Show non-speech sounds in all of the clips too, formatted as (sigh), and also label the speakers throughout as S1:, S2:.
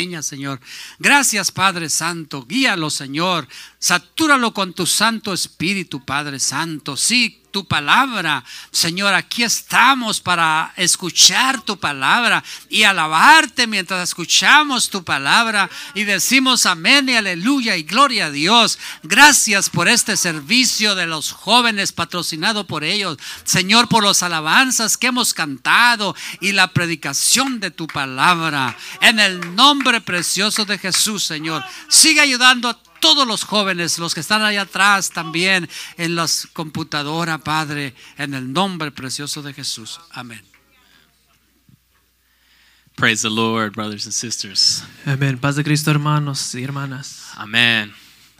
S1: pequeña, Señor. Gracias, Padre Santo. Guíalo, Señor. Satúralo con tu Santo Espíritu, Padre Santo. Sí, tu palabra. Señor, aquí estamos para escuchar tu palabra y alabarte mientras escuchamos tu palabra y decimos amén y aleluya y gloria a Dios. Gracias por este servicio de los jóvenes patrocinado por ellos. Señor, por las alabanzas que hemos cantado y la predicación de tu palabra. En el nombre precioso de Jesús, Señor. Sigue ayudando a todos los jóvenes, los que están allá atrás también en las computadoras, Padre, en el nombre precioso de Jesús. Amén.
S2: Praise the Lord, brothers and sisters.
S3: Amén. Paz de Cristo, hermanos
S2: (laughs)
S3: y hermanas.
S2: Amen.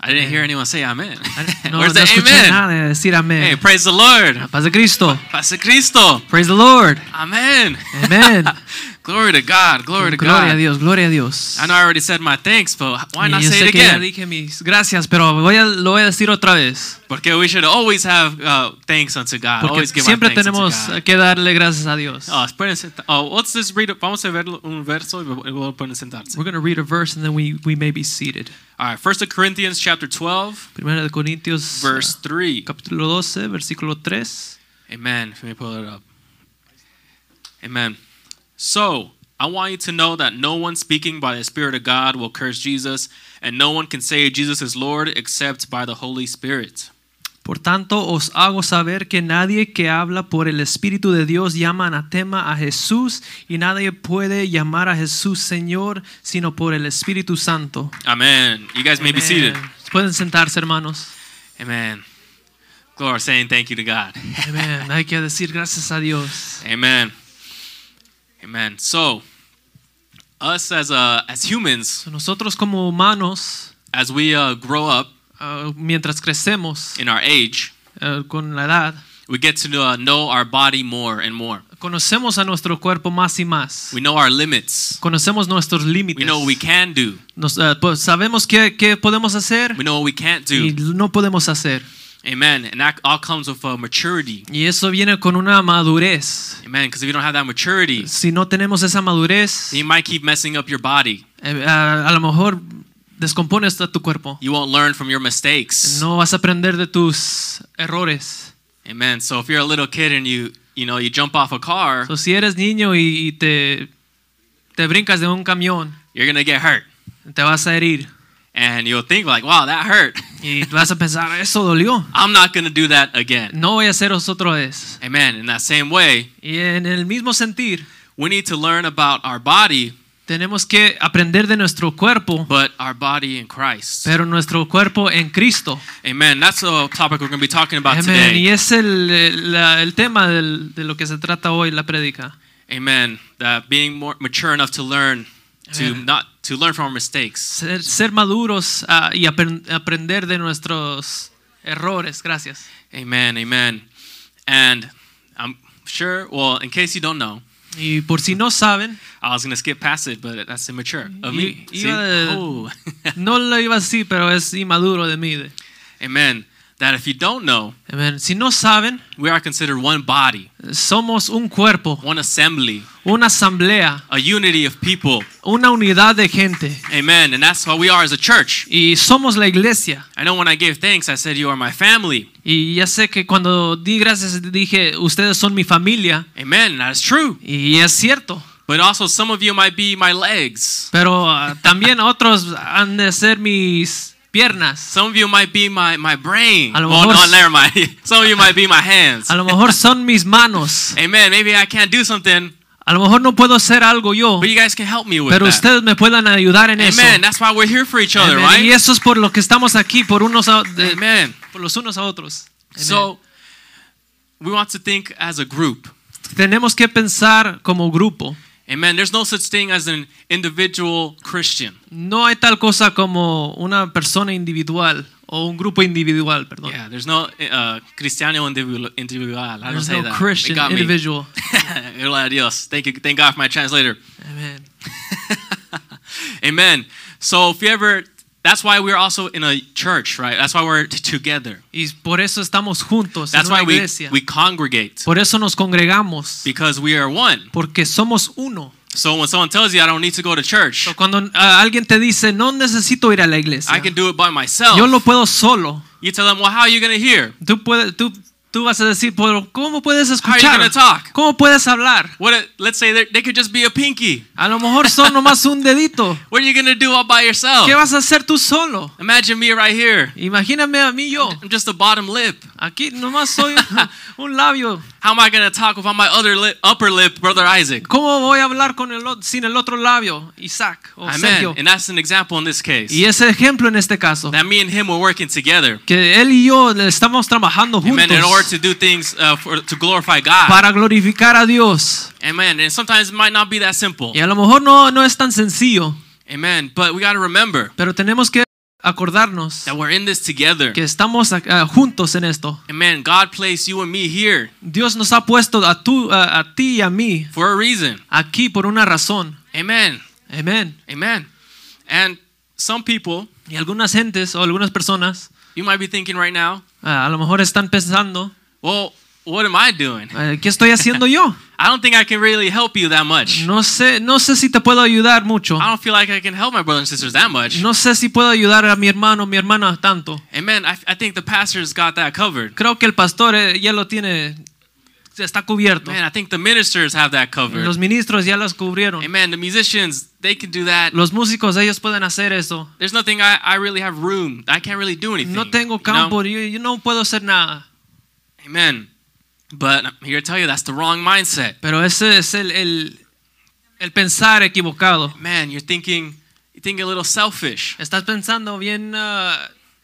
S2: I didn't hear anyone say amen. (laughs)
S3: No,
S2: Where's
S3: no
S2: the
S3: escuché
S2: amen?
S3: nada de decir
S2: Hey,
S3: amén.
S2: praise the Lord.
S3: Paz de Cristo.
S2: Pase Cristo.
S3: Praise the Lord.
S2: Amen.
S3: Amén.
S2: (laughs) glory to God. Glory to
S3: Gloria a
S2: God.
S3: Dios, gloria a Dios.
S2: I know I already said my thanks, but why
S3: Y
S2: not
S3: yo
S2: say
S3: sé
S2: it
S3: que ya
S2: again?
S3: dije mis gracias, pero voy a, lo voy a decir otra vez.
S2: Porque we should always have uh, thanks unto God.
S3: Porque
S2: Always give our
S3: siempre
S2: thanks unto
S3: tenemos
S2: God.
S3: que darle gracias a Dios.
S2: Oh, espérense. Oh, let's just read. Vamos a ver un verso y luego pueden sentarse.
S3: We're going to read a verse and then we, we may be seated.
S2: All right. First Corinthians chapter 12,
S3: Primera de Corintios,
S2: verse
S3: uh,
S2: 3.
S3: capítulo 12, versículo 3.
S2: Amen. Let me pull it up. Amen. So, I want you to know that no one speaking by the Spirit of God will curse Jesus, and no one can say Jesus is Lord except by the Holy Spirit.
S3: Por tanto, os hago saber que nadie que habla por el Espíritu de Dios llama anatema a Jesús y nadie puede llamar a Jesús Señor sino por el Espíritu Santo.
S2: Amen. You guys may be seated.
S3: Amen. Pueden sentarse, hermanos.
S2: Amen. Glory, saying thank you to God.
S3: Amén. Hay que decir gracias a Dios.
S2: (laughs) Amen. Amen. So, us as uh, as humans,
S3: Nosotros como humanos,
S2: as we uh, grow up
S3: ah, mientras crecemos
S2: in our age,
S3: ah, con la edad,
S2: we get to uh, know our body more and more.
S3: conocemos a nuestro cuerpo más y más.
S2: We know our limits.
S3: Conocemos nuestros
S2: We
S3: límites.
S2: know what we can do.
S3: Nos- ah, pues, sabemos qué, qué podemos hacer
S2: We know what we can't
S3: y
S2: do.
S3: no podemos hacer.
S2: Amen. And that all comes with uh, maturity.
S3: Y eso viene con una madurez.
S2: Amen. Because if you don't have that maturity,
S3: Si no tenemos esa madurez,
S2: you might keep messing up your body.
S3: eh, a, a lo mejor descompones hasta tu cuerpo.
S2: You won't learn from your mistakes.
S3: No vas a aprender de tus errores.
S2: Amen. So if you're a little kid and you you know you jump off a car,
S3: So, si eres niño y, y te, te brincas de un camión,
S2: you're gonna get hurt,
S3: te vas a herir.
S2: and you'll think like, "Wow, that hurt. (laughs)
S3: Y (laughs) vas a pensar, eso dolió.
S2: I'm not gonna do that again."
S3: No voy a hacer eso otra vez.
S2: Amen. In that same way,
S3: Y en el mismo sentir,
S2: we need to learn about our body,
S3: tenemos que aprender de nuestro cuerpo,
S2: but our body in Christ.
S3: pero nuestro cuerpo en Cristo.
S2: Amen. That's the topic we're gonna be talking about
S3: Amén.
S2: today.
S3: Y es el, eh, la- el tema del- de lo que se trata hoy, la prédica.
S2: Amen. That being more mature enough to learn to
S3: Amen.
S2: not to learn from our mistakes.
S3: Ser, ser maduros ah, y apren- aprender de nuestros errores. Gracias.
S2: Amen. Amen. And I'm sure. Well, in case you don't know,
S3: Y por si no saben,
S2: I was gonna skip past it, but that's immature of me.
S3: Y-
S2: See?
S3: iba-
S2: Oh. (laughs)
S3: no lo iba así, pero es inmaduro de mí. de-
S2: Amen. That if you don't know,
S3: Amén. Si no saben,
S2: we are considered one body,
S3: somos un cuerpo,
S2: one assembly,
S3: una asamblea,
S2: a unity of people.
S3: una unidad de gente.
S2: Amen. And that's how we are as a church.
S3: Y somos la iglesia.
S2: I know when I gave thanks, I said, "You are my family."
S3: Y ya sé que cuando di gracias dije, ustedes son mi familia.
S2: Amen. That's true.
S3: Y es cierto.
S2: But also, some of you might be my legs.
S3: Pero ah, también otros han de ser mis piernas.
S2: Some of you might be my, my brain.
S3: A lo
S2: Well,
S3: mejor-
S2: no, never mind. (laughs) Some of you might be my hands.
S3: A lo mejor son mis manos.
S2: Amen. Maybe I can't do something,
S3: A lo mejor no puedo hacer algo yo,
S2: but you guys can help me with
S3: pero
S2: that.
S3: ustedes me puedan ayudar en eso.
S2: Amen. That's why we're here for each other,
S3: Amén. Y
S2: right?
S3: eso es por lo que estamos aquí, por unos a- de-
S2: Amen.
S3: por los unos a otros. Amén.
S2: So we want to think as a group.
S3: tenemos que pensar como grupo.
S2: Amen. There's no such thing as an individual Christian.
S3: No hay tal cosa como una persona individual o un grupo individual, perdón.
S2: Yeah. There's no uh, cristiano individual. individual. I don't
S3: There's
S2: say
S3: no
S2: that. It
S3: Christian
S2: got me.
S3: individual.
S2: (laughs) Gloria a Dios. Thank you. Thank God for my translator.
S3: Amén.
S2: Amen. So if you ever, that's why we're also in a church, right? That's why we're t- together.
S3: Y por eso estamos juntos
S2: That's
S3: en una
S2: why we,
S3: iglesia.
S2: we congregate
S3: por eso nos congregamos,
S2: because we are one.
S3: porque somos uno.
S2: So when someone tells you I don't need to go to church,
S3: So, Cuando ah, alguien te dice, no necesito ir a la iglesia,
S2: I can do it by myself.
S3: yo lo puedo solo,
S2: You tell them, well, how are you going to hear?
S3: tú, puedes, tú, tú vas a decir, pero ¿cómo puedes
S2: How are you going to
S3: escuchar?
S2: talk?
S3: ¿Cómo puedes hablar?
S2: What? If, let's say they they could just be a pinky.
S3: A lo mejor
S2: (laughs)
S3: son nomás un dedito.
S2: What are you going to do all by yourself?
S3: ¿Qué vas a hacer tú solo?
S2: Imagine me right here.
S3: Imagíname a mí yo.
S2: I'm just a bottom lip.
S3: Aquí nomás soy
S2: (laughs)
S3: un, un labio.
S2: How am I going to talk without my other lip, upper lip, brother Isaac?
S3: ¿Cómo voy a hablar con el, o- sin el otro labio, Isaac o Oh, Sergio?
S2: Amen. And that's an example in this case.
S3: Y ese ejemplo en este caso,
S2: That me and him were working together.
S3: que él y yo le estamos trabajando
S2: Amen. In order
S3: juntos
S2: to do things uh, for, to glorify God.
S3: para glorificar a Dios.
S2: Amen. And sometimes it might not be that simple.
S3: Y a lo mejor no, no es tan sencillo,
S2: Amen. But we got to remember
S3: pero tenemos que acordarnos
S2: that we're in this together.
S3: que estamos ah, juntos en esto.
S2: Amen. God placed you and me here
S3: Dios nos ha puesto a, tú, a, a ti y a mí
S2: for a reason.
S3: aquí por una razón.
S2: Amen.
S3: Amén.
S2: Amen. And some people,
S3: Y algunas gentes o algunas personas
S2: you might be thinking right now,
S3: ah, a lo mejor están pensando,
S2: well, what am I doing?
S3: ah, ¿qué estoy haciendo yo?
S2: I don't think I can really help you that much.
S3: No sé, no sé si te puedo ayudar mucho.
S2: I don't feel like I can help my brothers and sisters that much.
S3: No sé si puedo ayudar a mi hermano o mi hermana tanto.
S2: Amen. I, I think the pastor's got that covered.
S3: Creo que el pastor eh, ya lo tiene, está cubierto.
S2: Man, I think the ministers have that covered.
S3: Los ministros ya los cubrieron.
S2: Amen. The musicians, they can do that.
S3: Los músicos, ellos pueden hacer eso.
S2: There's nothing I, I really have room. I can't really do anything.
S3: No tengo
S2: you know?
S3: campo, yo, yo no puedo hacer nada.
S2: Amen. But I'm here to tell you that's the wrong mindset.
S3: Pero ese es el, el, el pensar equivocado.
S2: Man, you're thinking you're thinking a little selfish.
S3: Estás pensando bien ah,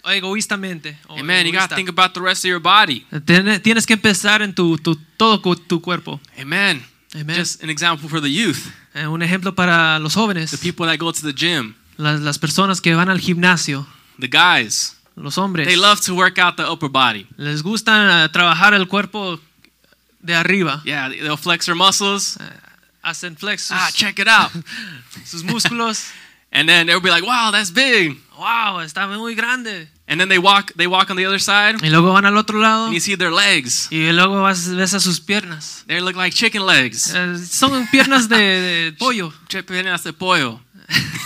S3: egoístamente. o
S2: Amen. You gotta
S3: egoísta.
S2: think about the rest of your body.
S3: Tiene- Tienes que empezar en tu, tu- todo cu- tu cuerpo.
S2: Amen.
S3: Amen.
S2: Just an example for the youth,
S3: Eh, un ejemplo para los
S2: the
S3: jóvenes,
S2: people that go to the gym,
S3: las, las personas que van al gimnasio,
S2: the guys.
S3: los hombres,
S2: They love to work out the upper body.
S3: les gusta ah, trabajar el cuerpo de arriba. Eh,
S2: Yeah, they'll flex their muscles.
S3: Hacen flex sus,
S2: Ah, check it
S3: (laughs)
S2: out. (laughs)
S3: sus músculos.
S2: and then they'll be like, "Wow, that's big."
S3: wow, está muy grande.
S2: And then they walk they walk on the other side
S3: Y luego van al otro lado
S2: and you see their legs.
S3: y luego vas, ves a sus piernas.
S2: They look like chicken legs.
S3: Eh, son piernas de, de pollo,
S2: Chicken hace pollo.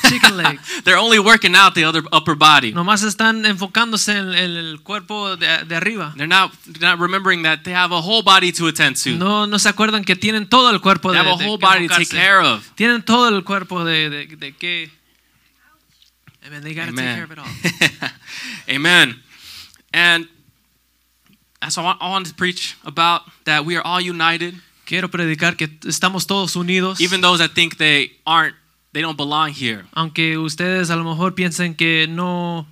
S3: chicken legs.
S2: (laughs) They're only working out the other upper body.
S3: Nomás están enfocándose en, en el cuerpo de, de arriba.
S2: They're not they're not remembering that they have a whole body to attend to.
S3: No, no se acuerdan que tienen todo el cuerpo
S2: They
S3: de,
S2: have a
S3: de
S2: whole
S3: que
S2: body to take
S3: enfocarse.
S2: care of.
S3: Tienen todo el cuerpo de, de, de que. Amen. They gotta take care
S2: Amen.
S3: of it all.
S2: (laughs) Amen. And that's what I want- I wanted to preach about that we are all united,
S3: Quiero predicar que estamos todos unidos.
S2: even those that think they aren't, they don't belong here.
S3: aunque ustedes a lo mejor piensen que no,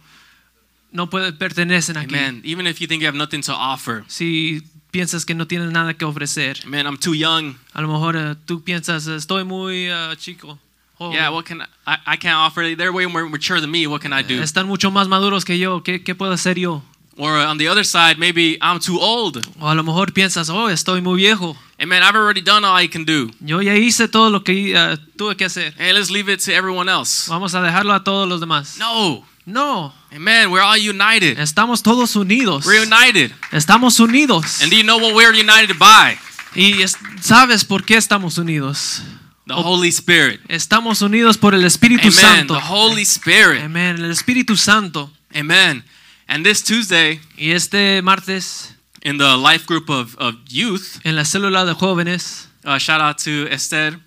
S3: no puede- pertenecen aquí.
S2: Amen. Even if you think you have nothing to offer.
S3: Si piensas que no tienes nada que ofrecer.
S2: Man, I'm too young.
S3: A lo mejor eh, tú piensas, estoy muy eh, chico. joven.
S2: Yeah, what can I, I, I can't offer. They're way more mature than me. What can I do?
S3: Están mucho más maduros que yo. ¿Qué, ¿Qué puedo hacer yo?
S2: Or uh, on the other side, maybe I'm too old.
S3: O a lo mejor piensas, oh, estoy muy viejo.
S2: And man, I've already done all I can do.
S3: Yo ya hice todo lo que eh, tuve que hacer.
S2: Hey, let's leave it to everyone else.
S3: Vamos a dejarlo a todos los demás.
S2: No.
S3: No,
S2: Amen. We're all united.
S3: estamos todos unidos.
S2: We're united.
S3: Estamos unidos.
S2: And do you know what we're united by?
S3: Y es- sabes por qué estamos unidos.
S2: The Holy Spirit.
S3: Estamos unidos por el Espíritu
S2: Amen. The
S3: Santo.
S2: Holy Spirit.
S3: Amén. El Espíritu Santo.
S2: Amen. And this Tuesday,
S3: Y este martes,
S2: in the life group of, of youth,
S3: en la célula de jóvenes,
S2: uh, shout out to Esther.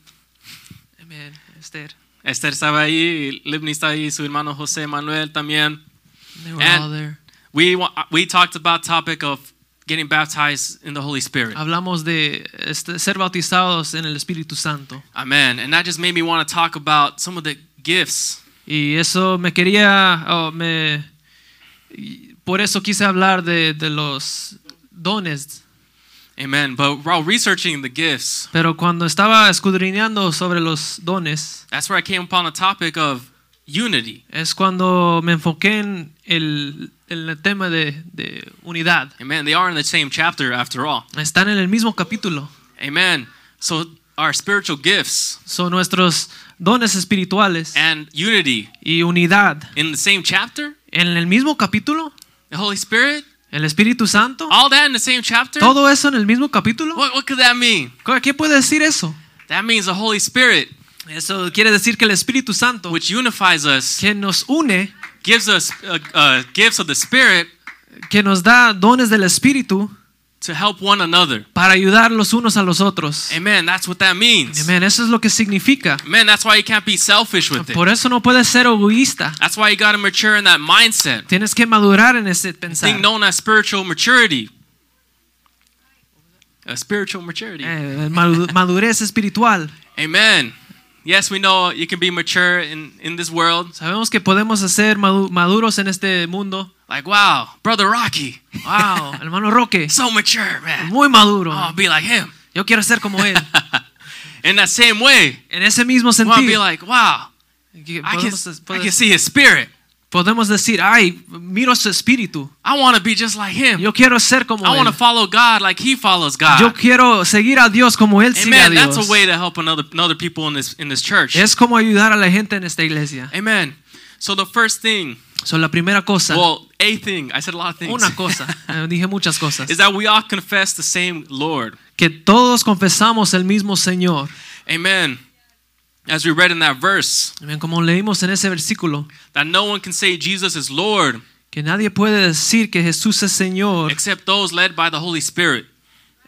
S3: Amén, Esther,
S2: Esther estaba ahí, y Libni está ahí, su hermano José Manuel también.
S3: they were
S2: And-
S3: all there.
S2: We, wa- we talked about topic of getting baptized in the Holy Spirit.
S3: hablamos de este, ser bautizados en el Espíritu Santo.
S2: Amen. And that just made me want to talk about some of the gifts.
S3: Y eso me quería, oh, me, y por eso quise hablar de, de los dones.
S2: Amen. But while researching the gifts,
S3: Pero cuando estaba escudriñando sobre los dones,
S2: that's where I came upon the topic of unity.
S3: es cuando me enfoqué en el, en el tema de, de unidad.
S2: Amen. They are in the same chapter after all.
S3: Están en el mismo capítulo.
S2: Amen. So our spiritual gifts
S3: Son nuestros dones espirituales
S2: and unity
S3: y unidad.
S2: in the same chapter?
S3: En el mismo capítulo,
S2: The Holy Spirit?
S3: el Espíritu Santo,
S2: All that in the same chapter?
S3: todo eso en el mismo capítulo.
S2: What, what could that mean?
S3: ¿Qué puede decir eso?
S2: That means the Holy Spirit
S3: Eso quiere decir que el Espíritu Santo
S2: which unifies us,
S3: que nos une,
S2: gives us uh, uh, gifts of the Spirit
S3: que nos da dones del Espíritu
S2: to help one another.
S3: para ayudar los unos a los otros.
S2: Amen. That's what that means.
S3: Amén. Eso es lo que significa.
S2: Amen. That's why you can't be selfish with it.
S3: Por eso no puedes ser egoísta.
S2: That's why you got to mature in that mindset.
S3: Tienes que madurar en ese pensar.
S2: Thing known as spiritual maturity. A spiritual maturity.
S3: Eh, madu- madurez espiritual.
S2: Amen. Yes, we know you can be mature in, in this world.
S3: Sabemos que podemos ser madu- maduros en este mundo.
S2: Like, wow, Brother Rocky.
S3: Wow, (laughs) Ah. hermano Roque,
S2: So mature, man.
S3: muy maduro.
S2: Oh, I'll be like him.
S3: Yo quiero ser como (laughs) él.
S2: in that same way,
S3: En ese mismo
S2: I want to be
S3: sentido,
S2: like, wow,
S3: que
S2: I can,
S3: podemos,
S2: I
S3: podes-
S2: can see his spirit.
S3: podemos decir, ay, miro su espíritu.
S2: I want to be just like him.
S3: Yo quiero ser como
S2: I want to
S3: él.
S2: follow God like he follows
S3: Yo
S2: God.
S3: quiero seguir a Dios como él sigue a
S2: Amen. That's
S3: Dios.
S2: a way to help another another people in this in this church.
S3: Es como ayudar a la gente en esta iglesia.
S2: Amen. So the first thing,
S3: So, la primera cosa,
S2: well, a thing, I said a lot of things.
S3: una cosa, eh, dije muchas cosas,
S2: (laughs) is that we all confess the same Lord.
S3: que todos confesamos el mismo Señor.
S2: Amen. As we read in that verse,
S3: Amén, Como leímos en ese versículo,
S2: that no one can say Jesus is Lord
S3: que nadie puede decir que Jesús es Señor,
S2: except those led by the Holy Spirit.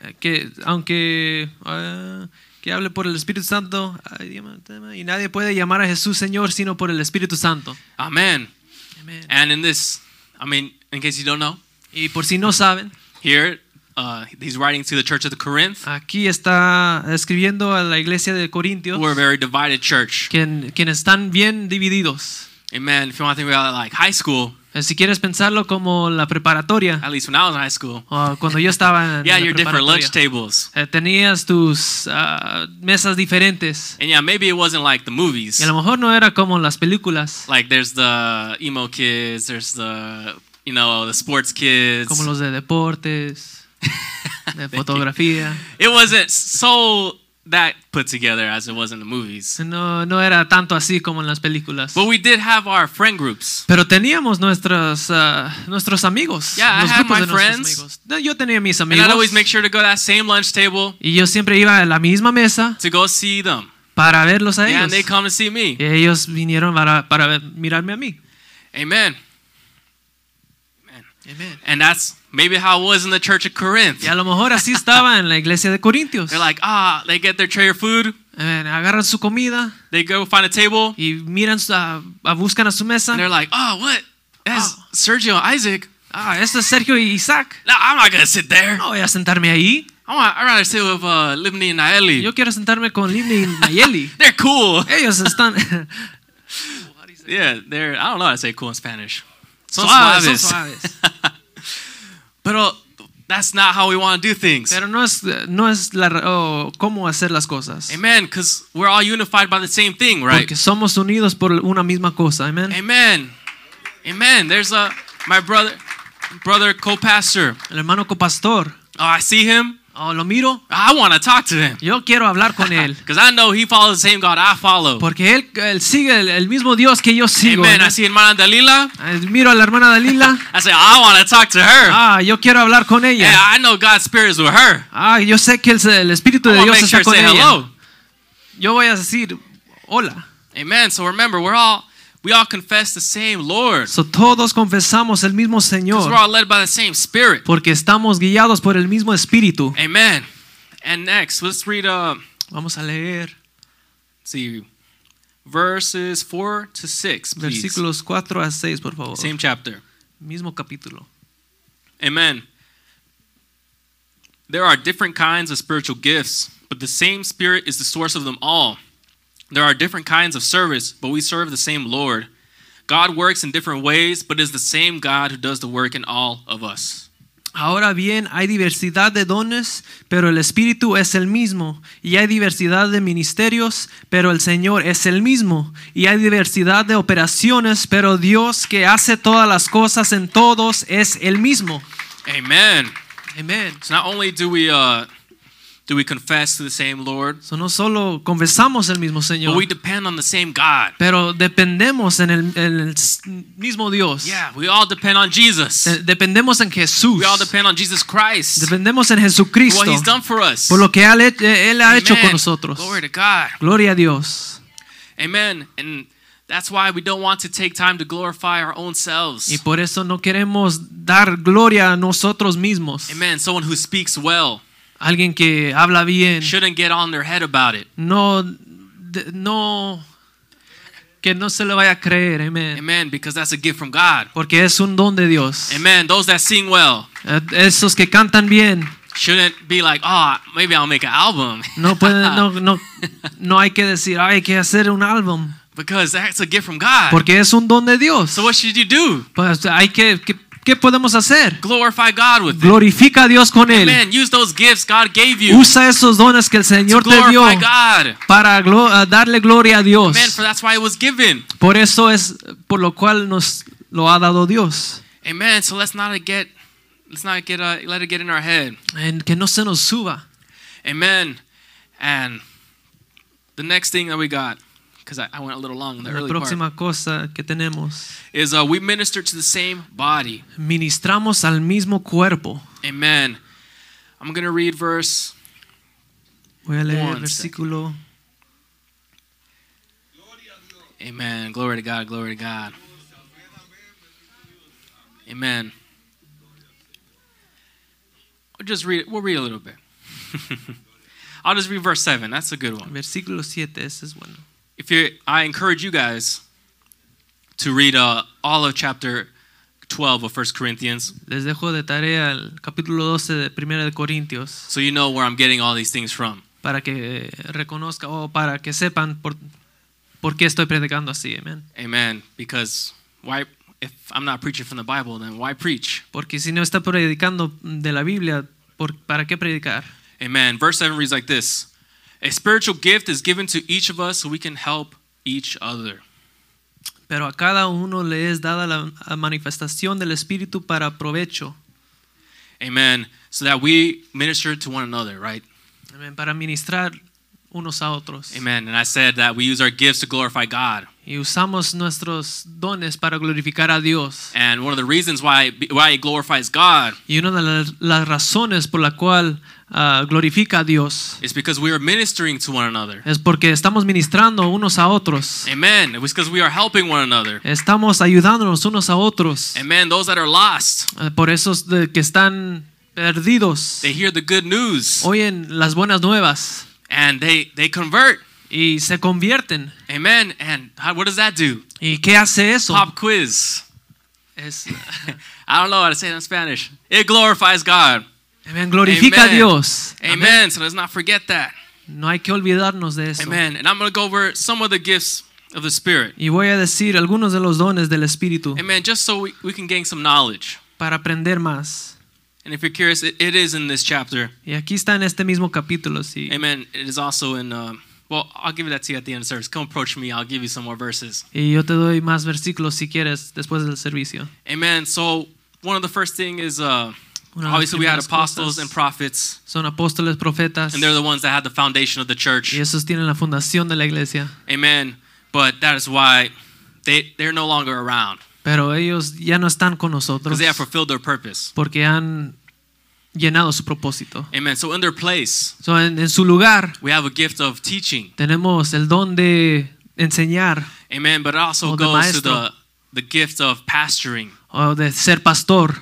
S3: eh, que aunque ah, que hable por el Espíritu Santo, ay, dígame, tema, y nadie puede llamar a Jesús Señor sino por el Espíritu Santo.
S2: Amen.
S3: Amén.
S2: And in this, I mean, in case you don't know,
S3: Y por si no saben,
S2: here uh, he's writing to the church of the Corinth.
S3: aquí está escribiendo a la iglesia de Corintios,
S2: We're a very divided church.
S3: quien, quienes están bien divididos.
S2: Amen. If you want to think about it, like high school,
S3: Eh, Si quieres pensarlo como la preparatoria,
S2: at least when I was in high school,
S3: o cuando yo estaba en
S2: yeah,
S3: la
S2: your different
S3: preparatoria,
S2: lunch tables.
S3: eh, tenías tus ah, mesas diferentes.
S2: And yeah, maybe it wasn't like the movies.
S3: Y a lo mejor no era como en las películas,
S2: like there's the emo kids, there's the you know the sports kids.
S3: como los
S2: (laughs)
S3: de deportes, de
S2: Thank you.
S3: fotografía.
S2: It wasn't so that put together as it was in the movies.
S3: No, no era tanto así como en las películas.
S2: But we did have our friend groups.
S3: Pero teníamos nuestros, ah, nuestros amigos,
S2: Yeah, I
S3: los
S2: had
S3: grupos
S2: my
S3: de nuestros
S2: friends.
S3: amigos. No, Yo tenía mis
S2: And I'd
S3: amigos
S2: always make sure to go to that same lunch table
S3: y yo siempre iba a la misma mesa
S2: to go see them.
S3: para verlos a
S2: Yeah,
S3: ellos.
S2: and they come to see
S3: Y
S2: me.
S3: ellos vinieron para, para ver- mirarme a mí.
S2: Amen. And that's maybe how it was in the church of Corinth.
S3: Y a lo mejor así estaba en la iglesia de Corintios.
S2: They're like, ah, they get their tray of food,
S3: Eh, agarran su comida
S2: they go find a table,
S3: y miran su- a, a- buscan a su mesa.
S2: and they're like, oh, what? That's Sergio Isaac.
S3: Ah, esto es Sergio y Isaac.
S2: No, I'm not gonna sit there.
S3: No voy a sentarme ahí.
S2: I want, I'd rather sit with uh, Libni and Naeli.
S3: Yo quiero sentarme con Livni y Nayeli.
S2: They're cool.
S3: Ellos están
S2: (laughs)
S3: (laughs)
S2: Yeah, they're. I don't know how to say cool in Spanish. Son
S3: suaves, son
S2: suaves.
S3: suaves.
S2: But uh, that's not how we want to do things.
S3: Pero no es, no es la, ra- o cómo hacer las cosas.
S2: Amen. Because we're all unified by the same thing, right?
S3: Porque somos unidos por una misma cosa. Amén.
S2: Amen. Amen. There's a my brother, brother co-pastor.
S3: El hermano copastor.
S2: Oh, I see him.
S3: Oh, lo miro.
S2: I want to talk to him
S3: Yo quiero hablar con él.
S2: because I know he follows the same God I follow.
S3: Porque él, él sigue el, el mismo Dios que yo sigo.
S2: Amen. I
S3: amén.
S2: see hermana Dalila.
S3: Eh, Miro a la hermana Dalila.
S2: I say I want to talk to her.
S3: Ah, yo quiero hablar con
S2: Yeah,
S3: ella.
S2: I know God's spirit is with her.
S3: Ah, yo sé que el, el Espíritu
S2: I
S3: de
S2: want to
S3: Dios
S2: make sure to
S3: está con
S2: say hello.
S3: ella. Yo voy a decir, hola.
S2: Amen. So remember, we're all we all confess the same Lord.
S3: So, todos confesamos el mismo
S2: Because we're
S3: Señor
S2: all led by the same Spirit.
S3: porque estamos guiados por el mismo Espíritu.
S2: Amen. And next, let's read uh
S3: Vamos a leer
S2: let's see verses four to six, please.
S3: versículos 4 a 6, por favor.
S2: Same chapter.
S3: Mismo capítulo.
S2: Amen. There are different kinds of spiritual gifts, but the same Spirit is the source of them all. There are different kinds of service, but we serve the same Lord. God works in different ways, but is the same God who does the work in all of us.
S3: Ahora bien, hay diversidad de dones, pero el Espíritu es el mismo. Y hay diversidad de ministerios, pero el Señor es el mismo. Y hay diversidad de operaciones, pero Dios que hace todas las cosas en todos es el mismo.
S2: Amen.
S3: Amén.
S2: So not only do we uh, do we confess to the same Lord,
S3: So, no solo confesamos el mismo
S2: but
S3: Señor,
S2: we depend on the same God.
S3: pero dependemos en el, en el s- mismo Dios.
S2: Yeah, we all depend on Jesus.
S3: De- Dependemos en Jesús.
S2: We all depend on Jesus Christ.
S3: Dependemos en
S2: for
S3: Jesucristo
S2: What He's done for us.
S3: por lo que Él, Él ha hecho
S2: Amen.
S3: con nosotros.
S2: Glory to God.
S3: Gloria a Dios.
S2: Amen. And that's why we don't want to take time to glorify our own
S3: Y
S2: selves.
S3: por eso no queremos dar gloria a nosotros mismos.
S2: Amen. Someone who speaks well
S3: Alguien que habla bien,
S2: shouldn't get on their head about it.
S3: no, de- no, que no se le vaya a creer, amén.
S2: Amen. Because that's a gift from God.
S3: Porque es un don de Dios.
S2: Amen. Those that sing well
S3: Eh, Esos que cantan bien,
S2: shouldn't be like, oh, maybe I'll make an album.
S3: no pueden, no, no, no hay que decir, "Ay, hay que hacer un álbum,
S2: (laughs) because that's a gift from God.
S3: porque es un don de Dios.
S2: So what should you do?
S3: Pues hay que, ¿qué, qué podemos hacer?
S2: Glorify God with it.
S3: Glorifica a Dios con él.
S2: Amen. Use those gifts God gave you
S3: Usa esos dones que el
S2: to
S3: Señor te dio
S2: glorify God.
S3: para glo- a darle gloria a Dios.
S2: Amen. For that's why it was given.
S3: Por eso es por lo cual nos lo ha dado Dios.
S2: Amen. So let's not get, let's not get, uh, let it get in our head.
S3: En que no se nos suba.
S2: Amen. And the next thing that we got, because I, I went a little long in the
S3: La
S2: early part,
S3: próxima cosa que tenemos.
S2: is uh, we minister to the same body.
S3: Ministramos al mismo cuerpo.
S2: Amen. I'm going to read verse.
S3: Voy a leer el
S2: One
S3: versículo.
S2: Amen. Glory to God. Glory to God. Amen. We'll just read. We'll read a little bit. (laughs) I'll just read verse seven. That's a good one.
S3: Versículo 7, ese es bueno.
S2: if you i encourage you guys to read uh, all of chapter 12 of 1 corinthians
S3: Les dejo de tarea el capítulo 12 de 1 de Corintios
S2: so you know where i'm getting all these things from
S3: para que reconozcan o para que sepan por, por qué estoy predicando así. Amén.
S2: amen because why if i'm not preaching from the bible then why preach
S3: Porque si no está predicando de la Biblia, ¿por- ¿para qué predicar?
S2: amen verse 7 reads like this a spiritual gift is given to each of us so we can help each other
S3: Pero a cada uno le es dada la la manifestación del Espíritu para provecho,
S2: amen so that we minister to one another right
S3: amén, para ministrar unos a otros.
S2: amen and i said that we use our gifts to glorify god
S3: Y usamos nuestros dones para glorificar a Dios.
S2: and one of the reasons why why it glorifies god
S3: Y una de las, las razones por la cual ah, glorifica a Dios
S2: is because we are ministering to one another
S3: es porque estamos ministrando unos a otros.
S2: Amen. It was because we are helping one another.
S3: Estamos ayudándonos unos a otros.
S2: Amen. Those that are lost,
S3: Ah, Por esos de- que están perdidos,
S2: they hear the good news
S3: oyen las buenas nuevas
S2: and they they convert.
S3: y se convierten.
S2: Amen. And how, what does that do?
S3: ¿Y qué hace eso?
S2: Pop quiz. (laughs)
S3: Es,
S2: I don't know how to say it in Spanish. It glorifies God.
S3: Amén. Glorifica
S2: Amen.
S3: a Dios.
S2: Amen. So let's not forget that.
S3: No hay que olvidarnos de eso.
S2: Amen. And I'm gonna go over some of the gifts of the Spirit.
S3: Y voy a decir algunos de los dones del Espíritu
S2: Amen. Just so we, we can gain some knowledge.
S3: para aprender más.
S2: And if you're curious, it, it is in this chapter.
S3: Y aquí está en este mismo capítulo. Sí.
S2: Amen. It is also in. Um, well, I'll give that to you at the end of service. Come approach me. I'll give you some more verses.
S3: Y yo te doy más versículos si quieres después del servicio.
S2: Amen. So one of the first thing is uh,
S3: Una de las
S2: obviously we had
S3: primeras
S2: apostles
S3: cosas.
S2: and prophets,
S3: Son apóstoles, profetas.
S2: and they're the ones that had the foundation of the
S3: Y
S2: church.
S3: esos tienen la fundación de la iglesia.
S2: Amen. But that is why they they're no longer around
S3: Pero ellos ya no están con
S2: because
S3: nosotros
S2: they have fulfilled their purpose.
S3: porque han llenado su propósito.
S2: Amen. So in their place,
S3: So, en, en su lugar
S2: we have a gift of teaching.
S3: tenemos el don de enseñar
S2: Amen. But it also
S3: Oh, the
S2: goes to
S3: maestro.
S2: the the gift of pastoring.
S3: o de ser pastor.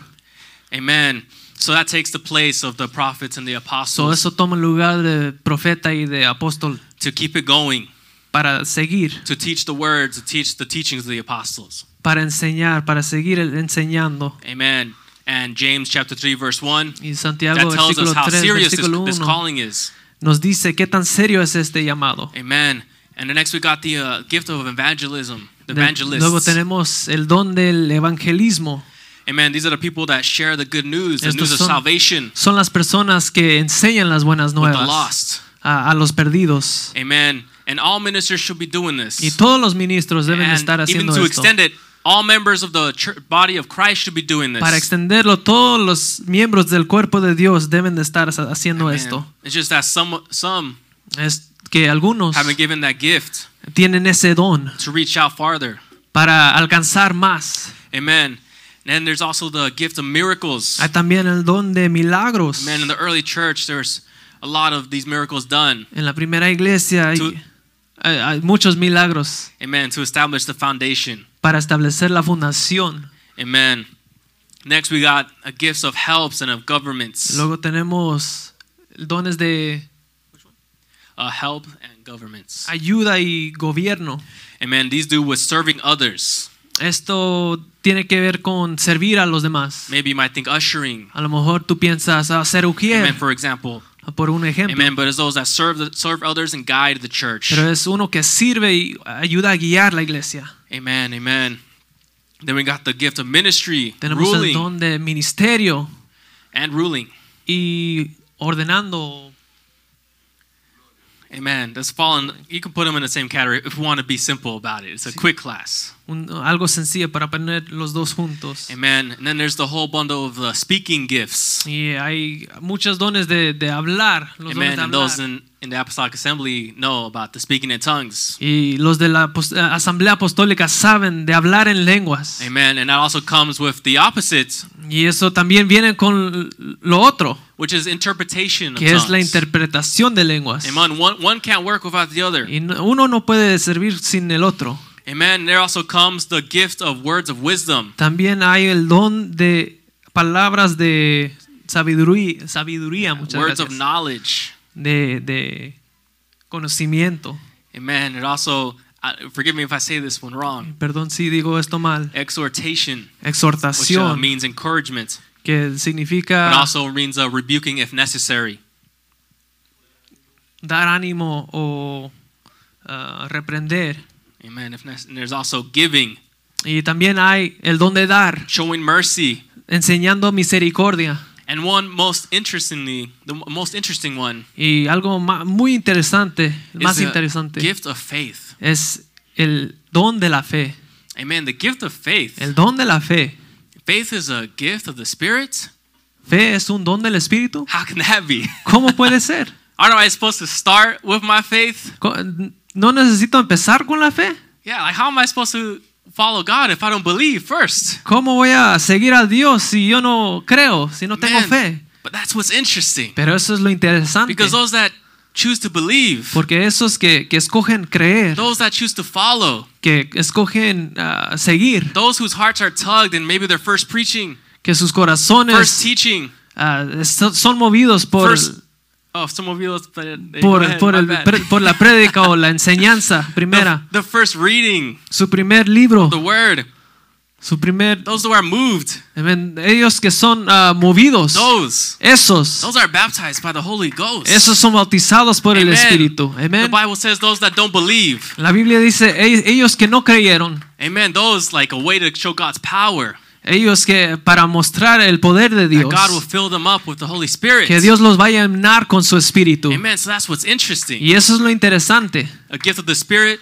S2: Amen. So that takes the place of the prophets and the
S3: So,
S2: apostles
S3: eso toma el lugar de profeta y de apóstol
S2: to keep it going,
S3: para seguir,
S2: to teach the word, to teach the teachings of the apostles.
S3: para enseñar, para seguir el- enseñando.
S2: Amen. And James chapter 3 verse 1
S3: Y
S2: that
S3: Santiago
S2: tells us
S3: versículo
S2: how
S3: 3,
S2: serious this,
S3: versículo
S2: this
S3: 1
S2: calling is.
S3: nos dice qué tan serio es este llamado.
S2: Amen. And the next we got the uh, gift of evangelism, the
S3: De- Luego
S2: evangelists.
S3: tenemos el don del evangelismo.
S2: Amen. These are the people that share the good news, the
S3: Estos
S2: news of
S3: son
S2: salvation
S3: Son las personas que enseñan las buenas
S2: with the
S3: nuevas
S2: lost.
S3: a, a los perdidos.
S2: Amen. And all ministers should be doing this.
S3: Y todos los ministros deben
S2: And
S3: estar
S2: even
S3: haciendo
S2: to
S3: esto.
S2: extend it, all members of the church, body of Christ should be doing this.
S3: Para extenderlo, todos los miembros del cuerpo de Dios deben de estar sa- haciendo
S2: Amen.
S3: esto.
S2: It's just that some some
S3: Es que algunos
S2: have been given that gift
S3: tienen ese don
S2: to reach out farther.
S3: para alcanzar más.
S2: Amen. And then there's also the gift of miracles.
S3: Hay también el don de milagros.
S2: Man, in the early church, there's a lot of these miracles done
S3: En la primera iglesia hay-
S2: to,
S3: Hay- hay muchos milagros
S2: Amen. To establish the foundation.
S3: para establecer la fundación.
S2: Amen. Next, we got uh, gifts of helps and of governments.
S3: Luego tenemos dones de
S2: Uh, help and governments.
S3: ayuda y gobierno.
S2: Amen. These do with serving others.
S3: Esto tiene que ver con servir a los demás.
S2: Maybe you might think ushering.
S3: A lo mejor tú piensas ah, ser
S2: Amen.
S3: ujier, ah,
S2: For example.
S3: por un ejemplo,
S2: Amen. But it's those that serve the, serve others and guide the church.
S3: pero es uno que sirve y ayuda a guiar la iglesia.
S2: Amen. Amen. Then we got the gift of ministry,
S3: Tenemos el
S2: ruling,
S3: don de ministerio
S2: and ruling.
S3: y ordenando.
S2: Amen. That's fallen. You can put them in the same category if we want to be simple about it. It's a quick class.
S3: un- algo sencillo para poner los dos juntos.
S2: Amen. And then there's the whole bundle of the speaking gifts.
S3: Y hay muchos dones de, de hablar, los dones
S2: Amen.
S3: de
S2: And those
S3: hablar.
S2: in, in the Apostolic Assembly know about the speaking in tongues.
S3: Y los de la apos- eh, asamblea apostólica saben de hablar en lenguas.
S2: Amen. And that also comes with the opposite,
S3: Y eso también viene con lo otro,
S2: which is interpretation of
S3: que es la
S2: tongues. Em-
S3: interpretación de lenguas.
S2: Amen. One, one can't work without the other.
S3: Y no- uno no puede servir sin el otro.
S2: Amen. There also comes the gift of words of wisdom.
S3: También hay el don de palabras de sabiduría, sabiduría muchas
S2: words of
S3: gracias.
S2: knowledge.
S3: de, de conocimiento.
S2: Amen. It also, uh, forgive me if I say this one wrong,
S3: Perdón si digo esto mal.
S2: exhortation, which uh,
S3: Exhortación, Ah.
S2: means encouragement,
S3: que
S2: but
S3: significa
S2: also means uh, rebuking if necessary.
S3: dar ánimo o ah, reprender.
S2: Amen. If nec- and there's also giving,
S3: Y también hay el don de dar,
S2: showing mercy,
S3: enseñando misericordia.
S2: and one most interestingly, the m- most interesting one
S3: Y algo ma- muy interesante,
S2: is
S3: más
S2: the
S3: interesante,
S2: gift of faith.
S3: es el don de la fe.
S2: Amen. The gift of faith.
S3: El don de la fe.
S2: faith is a gift of the Spirit.
S3: ¿Fe es un don del Espíritu?
S2: How can that be? (laughs)
S3: ¿Cómo puede ser?
S2: Aren't I supposed to start with my faith?
S3: Co- ¿No necesito empezar con la fe?
S2: Yeah. Like, how am I supposed to follow God if I don't believe first?
S3: ¿Cómo voy a seguir a Dios si yo no creo, si no tengo
S2: Man,
S3: fe?
S2: But that's what's interesting.
S3: Pero eso es lo interesante.
S2: Because those that choose to believe,
S3: Porque esos que, que escogen creer,
S2: those that choose to follow,
S3: que escogen ah, seguir,
S2: those whose hearts are tugged and maybe their first preaching,
S3: que sus
S2: first
S3: corazones
S2: teaching,
S3: ah, so- son movidos por,
S2: first. Oh, some of you. But, eh, go
S3: por,
S2: ahead,
S3: por
S2: my
S3: el-
S2: bad.
S3: pre- por la prédica o la enseñanza
S2: the,
S3: primera,
S2: the first reading,
S3: su primer libro,
S2: the word,
S3: su primer...
S2: those who are moved,
S3: Amén. Ellos que son ah, movidos,
S2: those,
S3: esos,
S2: those are baptized by the Holy Ghost.
S3: esos son bautizados por el
S2: Amen.
S3: Espíritu.
S2: The
S3: Amén.
S2: Bible says those that don't believe,
S3: La Biblia dice, "Ell- ellos que no creyeron,
S2: amen, those like a way to show God's power,
S3: ellos que para mostrar el poder de
S2: that God will
S3: Dios,
S2: fill them up with the Holy Spirit.
S3: que Dios los vaya a llenar con su espíritu.
S2: Amen. So that's what's interesting.
S3: Y eso es lo interesante.
S2: A gift of the Spirit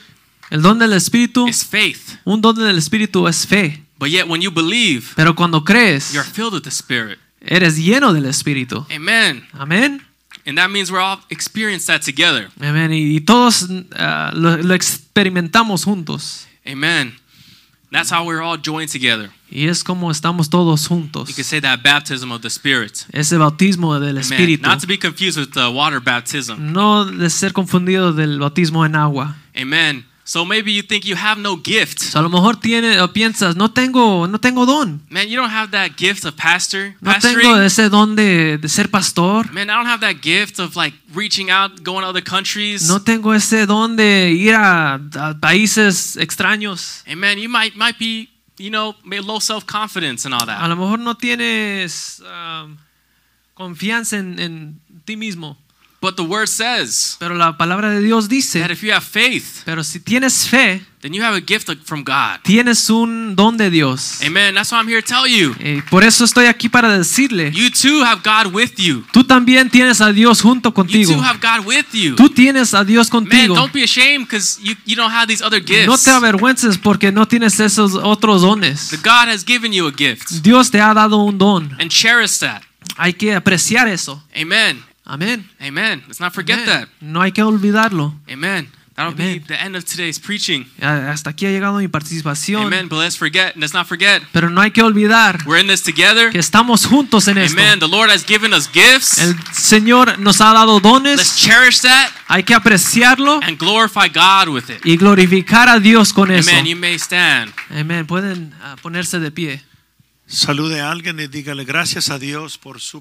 S3: El don del espíritu,
S2: is faith.
S3: un don del espíritu es fe,
S2: But yet, when you believe,
S3: pero cuando crees,
S2: you're filled with the Spirit.
S3: eres lleno del espíritu.
S2: Amen.
S3: Amén.
S2: And that means we're all experience that together.
S3: Amén. Y, y todos ah, lo, lo experimentamos juntos.
S2: Amen. That's how we're all joined together.
S3: Y es como estamos todos juntos.
S2: You could say that baptism of the Spirit.
S3: Ese bautismo del
S2: Amen.
S3: espíritu.
S2: Not to be confused with the water baptism.
S3: No de ser confundido del bautismo en agua.
S2: Amen. So maybe you think you have no
S3: O
S2: gift.
S3: sea, a lo mejor tiene, o piensas, no tengo, no tengo don.
S2: Man, you don't have that gift of pastor,
S3: No tengo
S2: pastoring.
S3: ese don de, de ser pastor.
S2: Man, I don't have that gift of like reaching out, going to other countries.
S3: No tengo ese don de ir a, a países extraños.
S2: Amen. You might might be, you know, may- low self confidence and all
S3: A
S2: that.
S3: lo mejor no tienes um, confianza en, en ti mismo.
S2: But the word says
S3: Pero la palabra de
S2: that
S3: Dios dice,
S2: if you have faith,
S3: pero si tienes fe,
S2: then you have a gift of- from God.
S3: tienes un don de Dios.
S2: Amen. That's why I'm here to tell you.
S3: Eh, por eso estoy aquí para decirle,
S2: You too have God with you.
S3: tú también tienes a Dios junto
S2: You
S3: contigo.
S2: too have God with you.
S3: Tú tienes a Dios
S2: Man,
S3: contigo.
S2: don't be ashamed because you, you don't have these other
S3: No
S2: gifts.
S3: te avergüences porque no tienes esos otros
S2: The
S3: dones.
S2: God has given you a gift
S3: Dios te ha dado un don.
S2: and cherish that.
S3: Hay que apreciar eso.
S2: Amen.
S3: Amén.
S2: Amen. Let's not forget
S3: Amén.
S2: that.
S3: No hay que olvidarlo.
S2: Amen. That'll be
S3: Amen.
S2: the end of today's preaching.
S3: Ah, Hasta aquí ha llegado mi participación.
S2: Amen. But let's forget. Let's not forget.
S3: Pero no hay que olvidar
S2: We're in this together.
S3: que estamos juntos en esto.
S2: Amen. The Lord has given us gifts.
S3: El Señor nos ha dado
S2: Let's
S3: dones.
S2: cherish that
S3: Hay que apreciarlo
S2: and glorify God with it.
S3: y glorificar a Dios con eso.
S2: Amen. You may stand.
S3: Amén. Pueden ah, ponerse de pie.
S4: Salude a alguien y dígale gracias a Dios por su